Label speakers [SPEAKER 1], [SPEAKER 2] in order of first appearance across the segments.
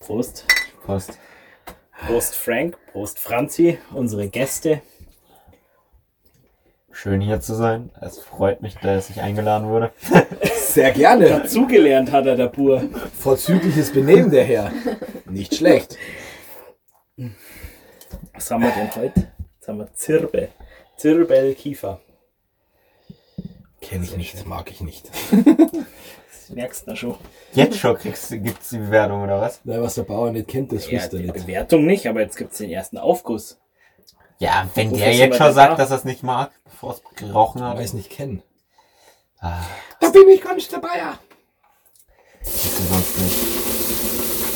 [SPEAKER 1] Prost.
[SPEAKER 2] Passt.
[SPEAKER 1] Prost Frank, Prost Franzi, unsere Gäste.
[SPEAKER 2] Schön hier zu sein. Es freut mich, dass ich eingeladen wurde.
[SPEAKER 3] Sehr gerne.
[SPEAKER 1] Dazugelernt hat er der Bur.
[SPEAKER 3] Vorzügliches Benehmen der Herr. Nicht schlecht.
[SPEAKER 1] Was haben wir denn heute? Jetzt haben wir Zirbe. Zirbel Kiefer.
[SPEAKER 3] Kenne ich nicht, mag ich nicht.
[SPEAKER 1] Das merkst du ja schon.
[SPEAKER 2] Jetzt schon kriegst, du- gibt's die Bewertung oder was?
[SPEAKER 3] Nein, was der Bauer nicht kennt, das
[SPEAKER 1] Ja,
[SPEAKER 3] wisst
[SPEAKER 1] die
[SPEAKER 3] ihr nicht.
[SPEAKER 1] Bewertung nicht, aber jetzt gibt es den ersten Aufguss.
[SPEAKER 2] Ja, wenn
[SPEAKER 1] Wofür
[SPEAKER 2] der
[SPEAKER 1] sind
[SPEAKER 2] jetzt
[SPEAKER 1] wir
[SPEAKER 2] schon
[SPEAKER 1] denn da?
[SPEAKER 2] sagt, dass er es nicht mag, bevor es gerochen
[SPEAKER 3] Weil
[SPEAKER 2] hat.
[SPEAKER 3] es nicht kennen.
[SPEAKER 2] Ah,
[SPEAKER 3] Da bin ich ganz dabei. ja.
[SPEAKER 2] gibt's denn sonst nicht.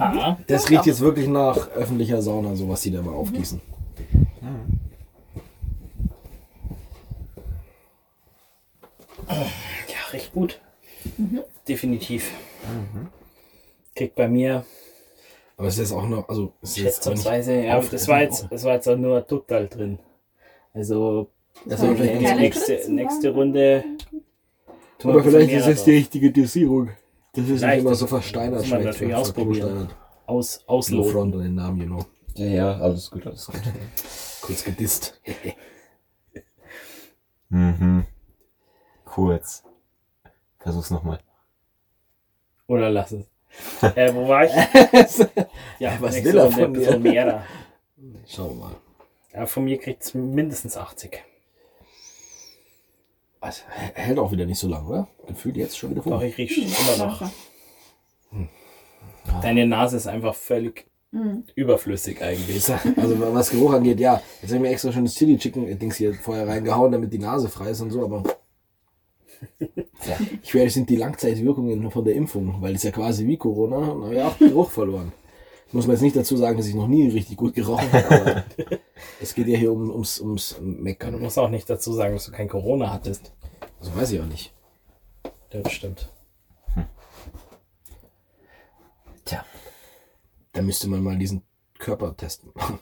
[SPEAKER 1] Aha.
[SPEAKER 3] Das riecht jetzt wirklich nach öffentlicher Sauna, so was die da mal aufgießen.
[SPEAKER 1] Ja, recht gut. Definitiv.
[SPEAKER 3] Mhm.
[SPEAKER 1] Kriegt bei mir
[SPEAKER 3] Aber es ist auch noch, also es ist jetzt auch nicht,
[SPEAKER 1] schätzungsweise, ja,
[SPEAKER 3] auf-
[SPEAKER 1] das war jetzt, das war jetzt auch nur total drin. Also,
[SPEAKER 3] das
[SPEAKER 1] also
[SPEAKER 3] war
[SPEAKER 4] soll
[SPEAKER 3] vielleicht
[SPEAKER 4] ich
[SPEAKER 3] ganz
[SPEAKER 4] keine
[SPEAKER 3] gut.
[SPEAKER 1] nächste,
[SPEAKER 4] Spritzen,
[SPEAKER 1] nächste Runde. tun wir
[SPEAKER 3] Aber
[SPEAKER 1] ein bisschen
[SPEAKER 3] vielleicht
[SPEAKER 1] mehr
[SPEAKER 3] ist es
[SPEAKER 1] drauf.
[SPEAKER 3] die richtige Dosierung. Das ist nicht
[SPEAKER 1] Vielleicht.
[SPEAKER 3] immer so versteinert.
[SPEAKER 1] Muss man
[SPEAKER 3] schmeckt,
[SPEAKER 1] natürlich
[SPEAKER 3] so
[SPEAKER 1] ausprobieren.
[SPEAKER 3] verklosteinert.
[SPEAKER 1] aus,
[SPEAKER 3] No
[SPEAKER 1] ausloten.
[SPEAKER 3] front on den Namen, genau.
[SPEAKER 2] Ja, ja, alles gut, alles gut.
[SPEAKER 3] Kurz gedisst.
[SPEAKER 2] mhm. Kurz. Versuch's nochmal.
[SPEAKER 1] Oder lass es. äh, wo war ich? Ja,
[SPEAKER 3] Was
[SPEAKER 1] nächste
[SPEAKER 3] will er
[SPEAKER 1] Runde
[SPEAKER 3] von
[SPEAKER 1] ein
[SPEAKER 3] mir?
[SPEAKER 1] bisschen mehrer.
[SPEAKER 3] Schauen wir mal.
[SPEAKER 1] Ja, von mir kriegt es mindestens 80.
[SPEAKER 3] Also, h- hält auch wieder nicht so lange, oder? Gefühlt jetzt schon wieder
[SPEAKER 1] Doch,
[SPEAKER 3] rum.
[SPEAKER 1] ich rieche immer noch. Hm.
[SPEAKER 4] Sache.
[SPEAKER 1] Deine Nase ist einfach völlig
[SPEAKER 4] Mhm.
[SPEAKER 1] überflüssig eigentlich.
[SPEAKER 3] Ist ja- Also was Geruch angeht, ja. Jetzt habe ich mir extra schon das Chili Chicken Dings hier vorher reingehauen, damit die Nase frei ist und so, aber
[SPEAKER 2] Ja.
[SPEAKER 3] ich werde sind die Langzeitwirkungen von der Impfung, weil es ja quasi wie Corona und habe ja auch Geruch verloren. Muss man jetzt nicht dazu sagen, dass ich noch nie richtig gut gerochen habe, aber es geht ja hier um, ums, ums Meckern.
[SPEAKER 1] Du
[SPEAKER 3] und was.
[SPEAKER 1] musst auch nicht dazu sagen, dass du kein Corona hattest.
[SPEAKER 3] Also weiß ich auch nicht.
[SPEAKER 1] Das stimmt.
[SPEAKER 2] Tja.
[SPEAKER 3] Da müsste man mal diesen Körpertest machen.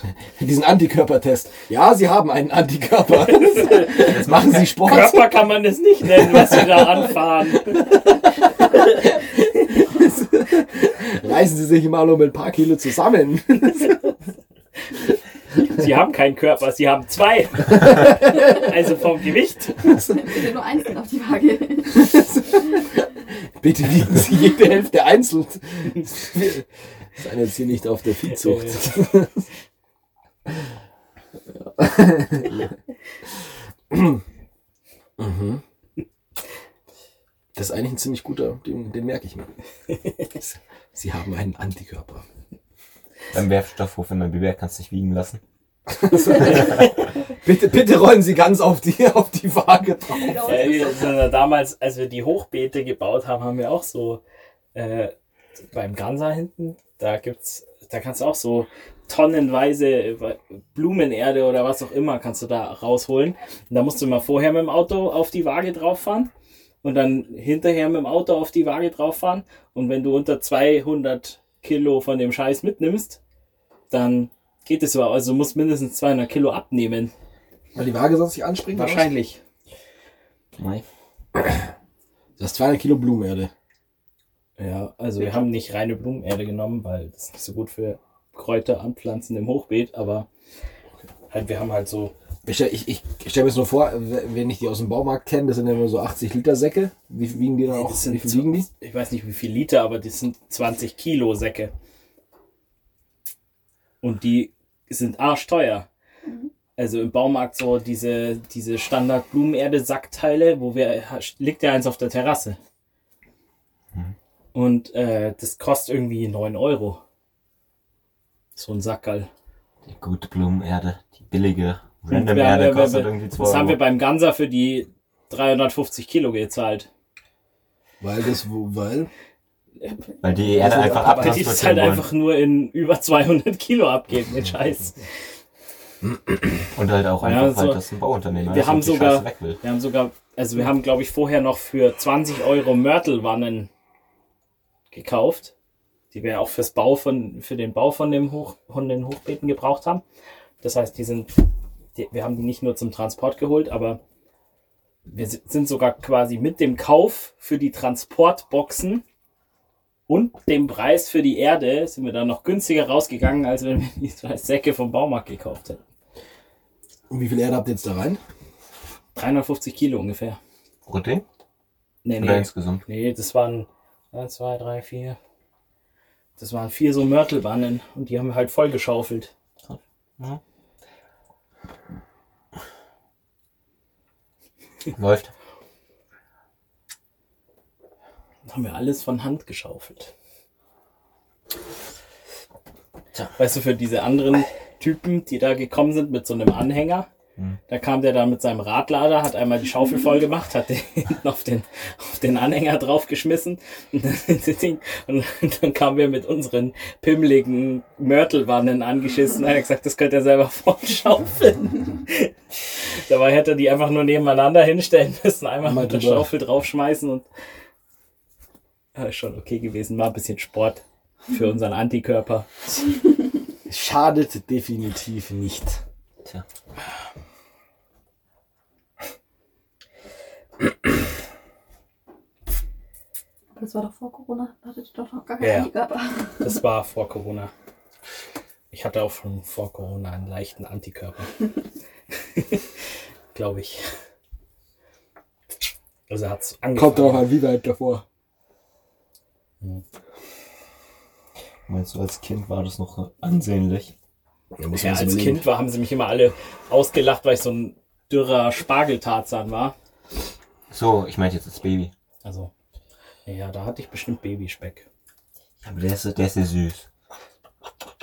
[SPEAKER 3] diesen Antikörpertest. Ja, Sie haben einen Antikörper. Jetzt machen Sie Sport.
[SPEAKER 1] Körper kann man das nicht nennen, was wir da anfahren.
[SPEAKER 3] Reißen Sie sich mal um ein paar Kilo zusammen.
[SPEAKER 1] Sie haben keinen Körper, sie haben zwei. Also vom Gewicht.
[SPEAKER 4] Bitte nur einzeln auf die Waage.
[SPEAKER 3] Bitte wiegen Sie jede Hälfte einzeln. Wir sind jetzt hier nicht auf der Viehzucht. mhm. Das ist eigentlich ein ziemlich guter, den, den merke ich mir. Sie haben einen Antikörper.
[SPEAKER 2] Beim Werfstoffhof in meinem Biber kannst du dich wiegen lassen.
[SPEAKER 3] Bitte, bitte rollen Sie ganz auf die, auf die Waage drauf.
[SPEAKER 1] Äh, wir sind ja damals, als wir die Hochbeete gebaut haben, haben wir auch so äh, beim Ganser hinten, da gibt's, da kannst du auch so tonnenweise Blumenerde oder was auch immer kannst du da rausholen. Und da musst du mal vorher mit dem Auto auf die Waage drauffahren und dann hinterher mit dem Auto auf die Waage drauffahren. Und wenn du unter 200 Kilo von dem Scheiß mitnimmst, dann geht es so. Also du musst mindestens 200 Kilo abnehmen.
[SPEAKER 3] Weil die Waage sonst nicht anspringt? oder was?
[SPEAKER 1] Wahrscheinlich.
[SPEAKER 2] Nein.
[SPEAKER 3] Du hast 200 Kilo Blumenerde.
[SPEAKER 1] Ja, also wir haben nicht reine Blumenerde genommen, weil das ist nicht so gut für Kräuter anpflanzen im Hochbeet, aber halt, wir haben halt so.
[SPEAKER 3] Ich, stell- ich, ich stelle mir jetzt nur vor, wenn ich die aus dem Baumarkt kenne, das sind ja immer so 80 Liter Säcke. Wie viel wiegen die dann auch?
[SPEAKER 1] das
[SPEAKER 3] Wie viel
[SPEAKER 1] so-
[SPEAKER 3] wiegen die?
[SPEAKER 1] Ich weiß nicht wie viel Liter, aber das sind 20 Kilo Säcke. Und die sind arschteuer. Also im Baumarkt so diese, diese Standard Blumenerde-Sackteile, wo wir, liegt ja eins auf der Terrasse. Und äh, das kostet irgendwie 9 Euro. So ein Sackerl.
[SPEAKER 2] Die gute Blumenerde, die billige
[SPEAKER 1] Und wir haben-
[SPEAKER 2] Random-Erde
[SPEAKER 1] wir- wir-
[SPEAKER 2] kostet irgendwie 2
[SPEAKER 1] Das haben wir
[SPEAKER 2] Euro.
[SPEAKER 1] beim Ganser für die 350 Kilo gezahlt.
[SPEAKER 3] Weil das, wo- weil.
[SPEAKER 2] Weil die Erde einfach
[SPEAKER 1] Weil die es halt
[SPEAKER 2] abtransportieren wollen.
[SPEAKER 1] einfach nur in über 200 Kilo abgeben, den Scheiß.
[SPEAKER 2] Und halt auch
[SPEAKER 1] Ja,
[SPEAKER 2] einfach,
[SPEAKER 1] so-
[SPEAKER 2] weil das ein Bauunternehmen
[SPEAKER 1] Wir
[SPEAKER 2] ist
[SPEAKER 1] haben
[SPEAKER 2] und die
[SPEAKER 1] sogar-
[SPEAKER 2] Scheiße weg will.
[SPEAKER 1] Wir haben sogar, also wir haben glaube ich vorher noch für 20 Euro Mörtelwannen gekauft. die wir ja auch fürs Bau von, für den Bau von, dem Hoch, von den Hochbeeten gebraucht haben. Das heißt, die sind, die, wir haben die nicht nur zum Transport geholt, aber wir si- sind sogar quasi mit dem Kauf für die Transportboxen und dem Preis für die Erde sind wir dann noch günstiger rausgegangen, als wenn wir die zwei Säcke vom Baumarkt gekauft hätten.
[SPEAKER 3] Und wie viel Erde habt ihr jetzt da rein?
[SPEAKER 1] 350 Kilo ungefähr.
[SPEAKER 2] Brutto?
[SPEAKER 1] Nee,
[SPEAKER 2] Oder
[SPEAKER 1] nee.
[SPEAKER 2] insgesamt?
[SPEAKER 1] Nee, das waren 1, 2, 3, 4. Das waren vier so Mörtelbannen und die haben wir halt voll geschaufelt.
[SPEAKER 2] Läuft.
[SPEAKER 1] Haben wir alles von Hand geschaufelt. Weißt du, für diese anderen Typen, die da gekommen sind mit so einem Anhänger,
[SPEAKER 2] Mhm.
[SPEAKER 1] da kam der dann mit seinem Radlader, hat einmal die Schaufel voll gemacht, hat den hinten auf den, auf den Anhänger draufgeschmissen und dann, sind sie Ding- und dann kamen wir mit unseren pimmeligen Mörtelwannen angeschissen. Er hat gesagt, das könnt ihr selber vorschaufeln. Dabei hätte er die einfach nur nebeneinander hinstellen müssen, einmal
[SPEAKER 3] Mal
[SPEAKER 1] mit der
[SPEAKER 3] drüber.
[SPEAKER 1] Schaufel draufschmeißen und ja, ist schon okay gewesen. Mal ein bisschen Sport für unseren Antikörper.
[SPEAKER 3] Schadet definitiv nicht.
[SPEAKER 2] Tja.
[SPEAKER 4] Aber Das war doch vor Corona, da hattet ihr doch noch gar
[SPEAKER 1] Ja.
[SPEAKER 4] keine Handicap.
[SPEAKER 1] Das war vor Corona. Ich hatte auch schon vor Corona einen leichten Antikörper. Glaube ich. Also hat es angefangen.
[SPEAKER 3] Kommt drauf an, wie weit davor.
[SPEAKER 2] Meinst du, als Kind war das noch ansehnlich?
[SPEAKER 3] Da muss
[SPEAKER 1] Ja,
[SPEAKER 3] man sich
[SPEAKER 1] als
[SPEAKER 3] überlegen.
[SPEAKER 1] Kind war, haben sie mich immer alle ausgelacht, weil ich so ein dürrer Spargeltarzan war.
[SPEAKER 2] So, ich meinte jetzt das Baby.
[SPEAKER 1] Also, ja, da hatte ich bestimmt Babyspeck.
[SPEAKER 2] Ja, aber der ist, der ist ja süß.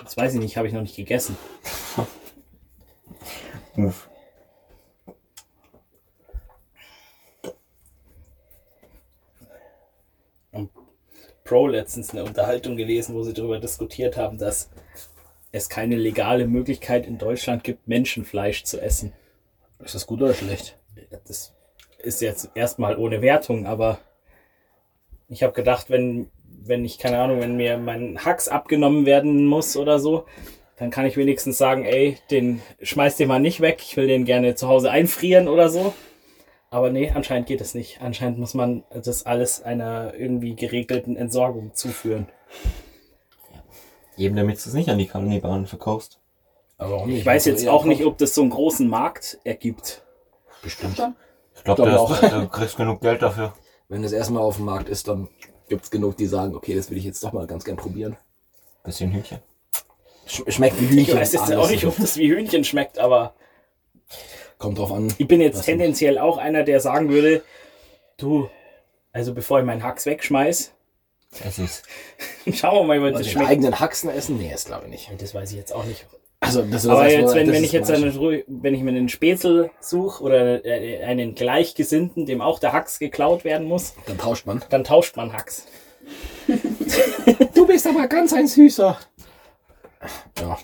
[SPEAKER 1] Das weiß ich nicht, habe ich noch nicht gegessen.
[SPEAKER 2] Uff.
[SPEAKER 1] Pro letztens eine Unterhaltung gelesen, wo sie darüber diskutiert haben, dass es keine legale Möglichkeit in Deutschland gibt, Menschenfleisch zu essen.
[SPEAKER 3] Ist das gut oder schlecht?
[SPEAKER 1] Das ist jetzt erstmal ohne Wertung, aber ich habe gedacht, wenn, wenn ich, keine Ahnung, wenn mir mein Hacks abgenommen werden muss oder so, dann kann ich wenigstens sagen, ey, den schmeiß den mal nicht weg, ich will den gerne zu Hause einfrieren oder so. Aber nee, anscheinend geht das nicht. Anscheinend muss man das alles einer irgendwie geregelten Entsorgung zuführen.
[SPEAKER 2] Eben damit du es nicht an die Kannibalen verkaufst.
[SPEAKER 3] Aber warum
[SPEAKER 1] Ich weiß jetzt
[SPEAKER 3] also Ja,
[SPEAKER 1] auch nicht, ob das so einen großen Markt ergibt.
[SPEAKER 3] Bestimmt.
[SPEAKER 4] Schon.
[SPEAKER 2] Ich glaube,
[SPEAKER 3] Glaub
[SPEAKER 2] glaub,
[SPEAKER 3] auch.
[SPEAKER 2] da ist- da kriegst du genug Geld dafür.
[SPEAKER 3] Wenn das erstmal auf dem Markt ist, dann gibt es genug, die sagen, okay, das will ich jetzt doch mal ganz gern probieren.
[SPEAKER 2] Bisschen Hühnchen.
[SPEAKER 3] Sch schmeckt wie
[SPEAKER 1] Ich
[SPEAKER 3] Hühnchen.
[SPEAKER 1] weiß jetzt
[SPEAKER 3] alles.
[SPEAKER 1] auch nicht, ob das wie Hühnchen schmeckt, aber
[SPEAKER 3] Kommt drauf an.
[SPEAKER 1] ich bin jetzt
[SPEAKER 3] Weiß nicht.
[SPEAKER 1] tendenziell auch einer, der sagen würde, du, also bevor ich meinen Hacks wegschmeiß,
[SPEAKER 2] Es ist.
[SPEAKER 1] schauen wir mal, wie
[SPEAKER 3] Und
[SPEAKER 1] das
[SPEAKER 3] den
[SPEAKER 1] schmeckt.
[SPEAKER 3] eigenen Haxen essen? Nee, das glaube ich nicht.
[SPEAKER 1] Das weiß ich jetzt auch nicht.
[SPEAKER 3] Also, das
[SPEAKER 1] aber
[SPEAKER 3] das
[SPEAKER 1] jetzt,
[SPEAKER 3] nur-
[SPEAKER 1] wenn,
[SPEAKER 3] das
[SPEAKER 1] wenn
[SPEAKER 3] ist
[SPEAKER 1] ich jetzt
[SPEAKER 3] Marsch.
[SPEAKER 1] einen, Ru- wenn ich mir einen Spätzle suche oder äh, einen Gleichgesinnten, dem auch der Hacks geklaut werden muss,
[SPEAKER 3] Dann tauscht man.
[SPEAKER 1] dann tauscht man Hacks.
[SPEAKER 3] Du bist aber ganz ein Süßer. Ja,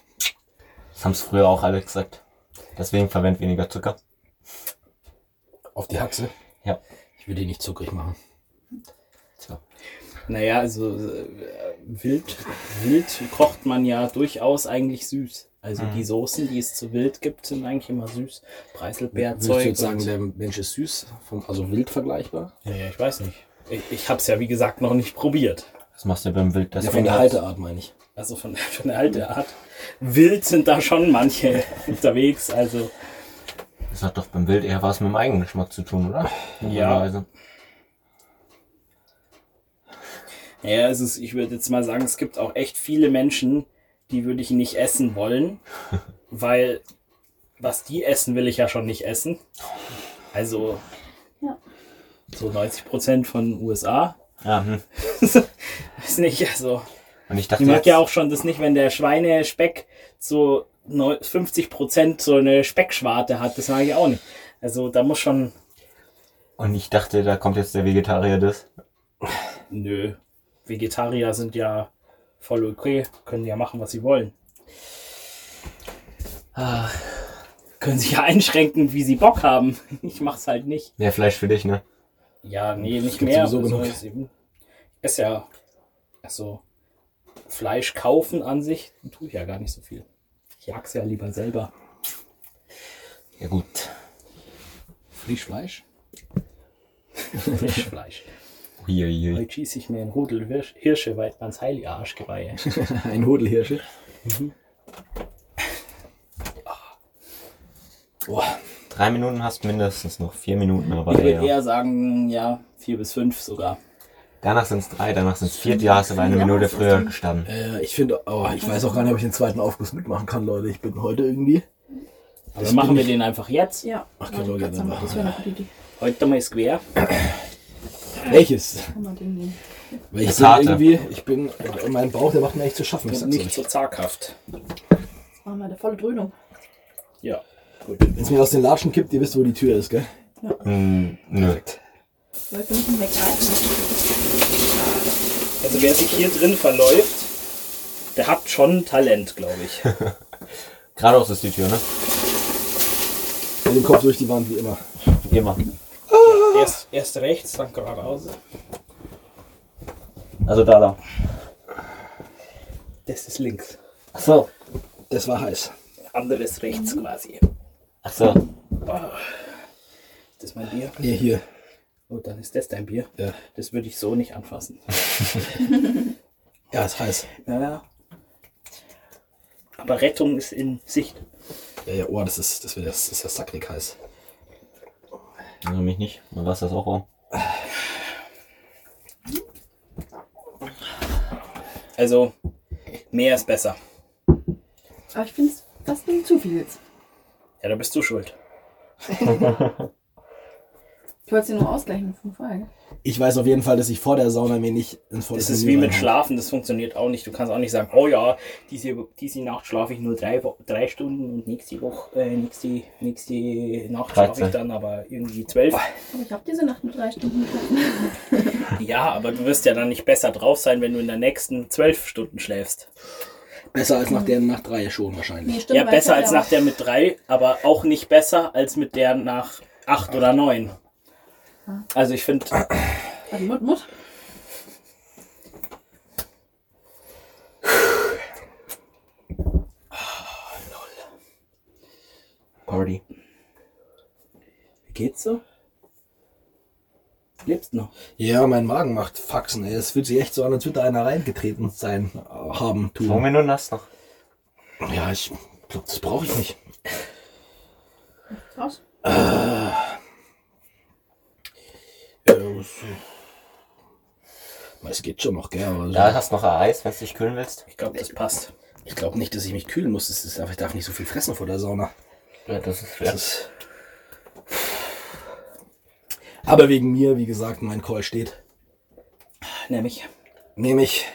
[SPEAKER 2] Das haben es früher auch alle gesagt. Deswegen verwend weniger Zucker.
[SPEAKER 3] auf die Haxe.
[SPEAKER 2] Ja.
[SPEAKER 3] Ich will die nicht zuckrig machen.
[SPEAKER 2] Tja.
[SPEAKER 1] Naja, also äh, wild, wild kocht man ja durchaus eigentlich süß. Also
[SPEAKER 3] Mhm.
[SPEAKER 1] die Soßen, die es zu wild gibt, sind eigentlich immer süß.
[SPEAKER 3] Würdest du
[SPEAKER 1] Preiselbeerzeug.
[SPEAKER 3] jetzt sagen,
[SPEAKER 1] und-
[SPEAKER 3] der Mensch ist süß, vom, also wild vergleichbar?
[SPEAKER 1] Naja, ich weiß nicht. Ich, ich habe es ja, wie gesagt, noch nicht probiert.
[SPEAKER 2] Das machst du beim Wild. Das
[SPEAKER 3] ja, von der Halteart meine ich.
[SPEAKER 1] Also von, von der
[SPEAKER 3] Mhm.
[SPEAKER 1] alten Art. Wild sind da schon manche unterwegs. Also
[SPEAKER 2] Das hat doch beim Wild eher was mit dem eigenen Geschmack zu tun, oder? Normalerweise.
[SPEAKER 1] Ja, es ist, ich würde jetzt mal sagen, es gibt auch echt viele Menschen, die würde ich nicht essen wollen, weil was die essen, will ich ja schon nicht essen. Also
[SPEAKER 4] Ja.
[SPEAKER 1] so 90 Prozent von USA.
[SPEAKER 2] Ja, hm.
[SPEAKER 1] Weiß nicht, also
[SPEAKER 2] Und ich dachte,
[SPEAKER 1] ich mag
[SPEAKER 2] jetzt,
[SPEAKER 1] ja auch schon das nicht, wenn der Schweinespeck so neu- 50 Prozent so eine Speckschwarte hat, das mag ich auch nicht. Also da muss schon,
[SPEAKER 2] und ich dachte, da kommt jetzt der Vegetarier das.
[SPEAKER 1] nö, Vegetarier sind ja voll okay, können ja machen, was sie wollen.
[SPEAKER 2] Ah.
[SPEAKER 1] können sich ja einschränken, wie sie Bock haben. Ich mach's halt nicht.
[SPEAKER 2] Mehr Fleisch für dich, ne?
[SPEAKER 1] Ja, nee, nicht
[SPEAKER 3] gibt's
[SPEAKER 1] mehr.
[SPEAKER 3] sowieso
[SPEAKER 1] Also,
[SPEAKER 3] genug.
[SPEAKER 1] es eben- Ist ja. Achso. Fleisch kaufen an sich tue ich ja gar nicht so viel. Ich jag's ja lieber selber.
[SPEAKER 2] Ja gut.
[SPEAKER 1] Frischfleisch? Frischfleisch.
[SPEAKER 2] Uiuiui.
[SPEAKER 1] Heute schieße ich mir einen Rudel Hirsch- Hirsche weit ans heilige Arschgeweihe.
[SPEAKER 3] Ein Hodelhirsche.
[SPEAKER 1] Boah,
[SPEAKER 2] Drei Minuten hast mindestens noch, vier Minuten
[SPEAKER 1] ich
[SPEAKER 2] aber
[SPEAKER 1] würde
[SPEAKER 2] ja.
[SPEAKER 1] eher sagen, ja, vier bis fünf sogar.
[SPEAKER 2] Danach sind es drei, danach sind es vier, die hast du aber eine
[SPEAKER 4] Ja,
[SPEAKER 2] Minute
[SPEAKER 4] was ist
[SPEAKER 2] früher
[SPEAKER 4] denn?
[SPEAKER 2] gestanden.
[SPEAKER 3] Äh, ich finde, oh, ich weiß auch gar nicht, ob ich den zweiten Aufguss mitmachen kann, Leute. Ich bin heute irgendwie.
[SPEAKER 1] Aber
[SPEAKER 3] Das
[SPEAKER 1] machen
[SPEAKER 3] bin
[SPEAKER 1] wir
[SPEAKER 3] ich-
[SPEAKER 1] den einfach jetzt.
[SPEAKER 4] Ja,
[SPEAKER 3] Ach,
[SPEAKER 4] wollte
[SPEAKER 3] können wir
[SPEAKER 4] ich grad
[SPEAKER 3] gerne
[SPEAKER 4] sagen,
[SPEAKER 3] machen,
[SPEAKER 4] das wäre eine gute Idee.
[SPEAKER 1] Heute mal quer.
[SPEAKER 3] Welches?
[SPEAKER 4] Kann man den nehmen.
[SPEAKER 3] Weil ich
[SPEAKER 2] Das
[SPEAKER 3] bin
[SPEAKER 2] Harte.
[SPEAKER 3] irgendwie, ich bin, äh, mein Bauch, der macht mir echt zu schaffen. Ich
[SPEAKER 1] Und
[SPEAKER 3] sag's
[SPEAKER 1] nicht
[SPEAKER 3] euch.
[SPEAKER 1] so zaghaft.
[SPEAKER 4] Jetzt machen wir eine volle Dröhnung.
[SPEAKER 1] Ja.
[SPEAKER 3] Wenn's mir aus den Latschen kippt, ihr wisst, wo die Tür ist, gell?
[SPEAKER 2] Hm, nö.
[SPEAKER 4] Weil wir müssen weggreifen.
[SPEAKER 1] Also wer sich hier drin verläuft, der hat schon Talent, glaube ich.
[SPEAKER 2] Geradeaus ist die Tür, ne?
[SPEAKER 3] Mit dem Kopf durch die Wand, wie immer.
[SPEAKER 2] Immer.
[SPEAKER 1] erst, erst rechts, dann geradeaus.
[SPEAKER 2] Also da, da.
[SPEAKER 1] Das ist links.
[SPEAKER 2] Ach so.
[SPEAKER 3] Das war heiß.
[SPEAKER 1] Anderes rechts quasi.
[SPEAKER 2] Ach so.
[SPEAKER 1] Das ist mein Bier.
[SPEAKER 3] Nee, hier.
[SPEAKER 1] Oh, dann ist das dein Bier.
[SPEAKER 3] Ja,
[SPEAKER 1] Das würde ich so nicht anfassen.
[SPEAKER 3] ja ist heiß.
[SPEAKER 1] Ja, ja. Aber Rettung ist in Sicht.
[SPEAKER 3] Ja, ja, oh, das ist, das wird, das ist ja sackrig heiß.
[SPEAKER 2] Also mich nicht. Dann war's das auch warm.
[SPEAKER 1] Also, mehr ist besser.
[SPEAKER 4] Aber ich finde es fast ein zu viel jetzt.
[SPEAKER 1] Ja, da bist du schuld.
[SPEAKER 4] Ich wollte es dir nur ausgleichen von vorher. gell?
[SPEAKER 3] Ich weiß auf jeden Fall, dass ich vor der Sauna mir nicht ein volles
[SPEAKER 1] Das ist
[SPEAKER 3] Menü
[SPEAKER 1] wie mit
[SPEAKER 3] reinhaue.
[SPEAKER 1] Schlafen, das funktioniert auch nicht. Du kannst auch nicht sagen, oh ja, diese, diese Nacht schlafe ich nur drei, Wo- drei Stunden und nächste Woche, äh, nächste, nächste Nacht schlafe ich
[SPEAKER 2] 13.
[SPEAKER 1] dann aber irgendwie zwölf.
[SPEAKER 4] Aber ich habe diese Nacht nur drei Stunden gehabt.
[SPEAKER 1] Ja, aber du wirst ja dann nicht besser drauf sein, wenn du in der nächsten zwölf Stunden schläfst.
[SPEAKER 3] Besser als nach der nach drei schon wahrscheinlich.
[SPEAKER 4] stimmt,
[SPEAKER 1] ja,
[SPEAKER 4] weil ich
[SPEAKER 1] besser
[SPEAKER 4] hab
[SPEAKER 1] als nach der mit drei, aber auch nicht besser als mit der nach acht oder neun.
[SPEAKER 4] Ah.
[SPEAKER 1] Also ich finde,
[SPEAKER 4] auch- Also Mut, Mut.
[SPEAKER 2] Party.
[SPEAKER 1] geht's so? Lebst noch?
[SPEAKER 3] Ja, mein Magen macht Faxen, ey. Es fühlt sich echt so an, als würde da einer reingetreten sein, äh, haben,
[SPEAKER 2] Zwei
[SPEAKER 3] tun.
[SPEAKER 2] Minuten hast noch.
[SPEAKER 3] Ja, ich glaube, das brauche ich nicht.
[SPEAKER 4] Raus.
[SPEAKER 3] Ja, es, Äh, es geht schon noch, gell? Aber
[SPEAKER 2] Da hast noch ein Eis, wenn du dich kühlen willst.
[SPEAKER 1] Ich glaube, das passt.
[SPEAKER 3] Ich glaube nicht, dass ich mich kühlen muss. Es ist einfach, ich darf nicht so viel fressen vor der Sauna.
[SPEAKER 2] Ja, das ist
[SPEAKER 3] Das ist aber wegen mir, wie gesagt, mein Call steht.
[SPEAKER 1] Nämlich,
[SPEAKER 3] Nämlich